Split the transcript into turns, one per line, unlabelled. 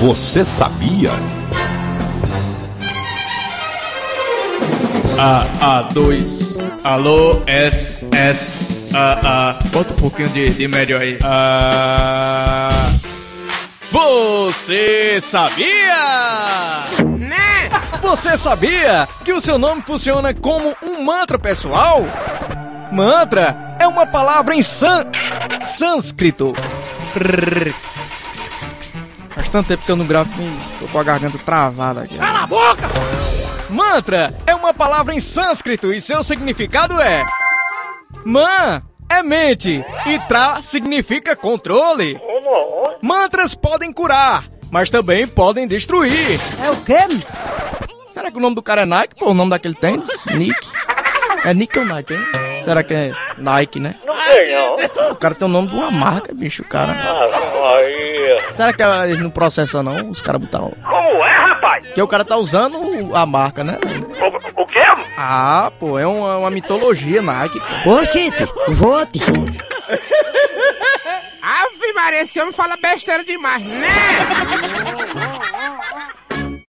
Você sabia?
AA2. Alô, SS. AA. Bota um pouquinho de, de médio aí.
Ah, você sabia? Né? Você sabia que o seu nome funciona como um mantra pessoal? Mantra é uma palavra em san... sânscrito. Prrr. Faz tanto tempo que eu não gravo que tô com a garganta travada aqui. Cala a boca! Mantra é uma palavra em sânscrito e seu significado é. Man é mente e tra significa controle. Mantras podem curar, mas também podem destruir.
É o quê?
Será que o nome do cara é Nike? Pô, o nome daquele tênis? Nick? É Nick ou Nike, hein? Será que é Nike, né?
Não sei não.
O cara tem o nome de uma marca, bicho, o cara.
Ah, Maria.
Será que eles não processam, não? Os caras botaram.
Como é, rapaz?
Porque o cara tá usando a marca, né? velho?
O, o quê?
Ah, pô, é uma, uma mitologia Nike. pô.
Ô, Tito, vote.
Ave Maria, esse homem fala besteira demais, né?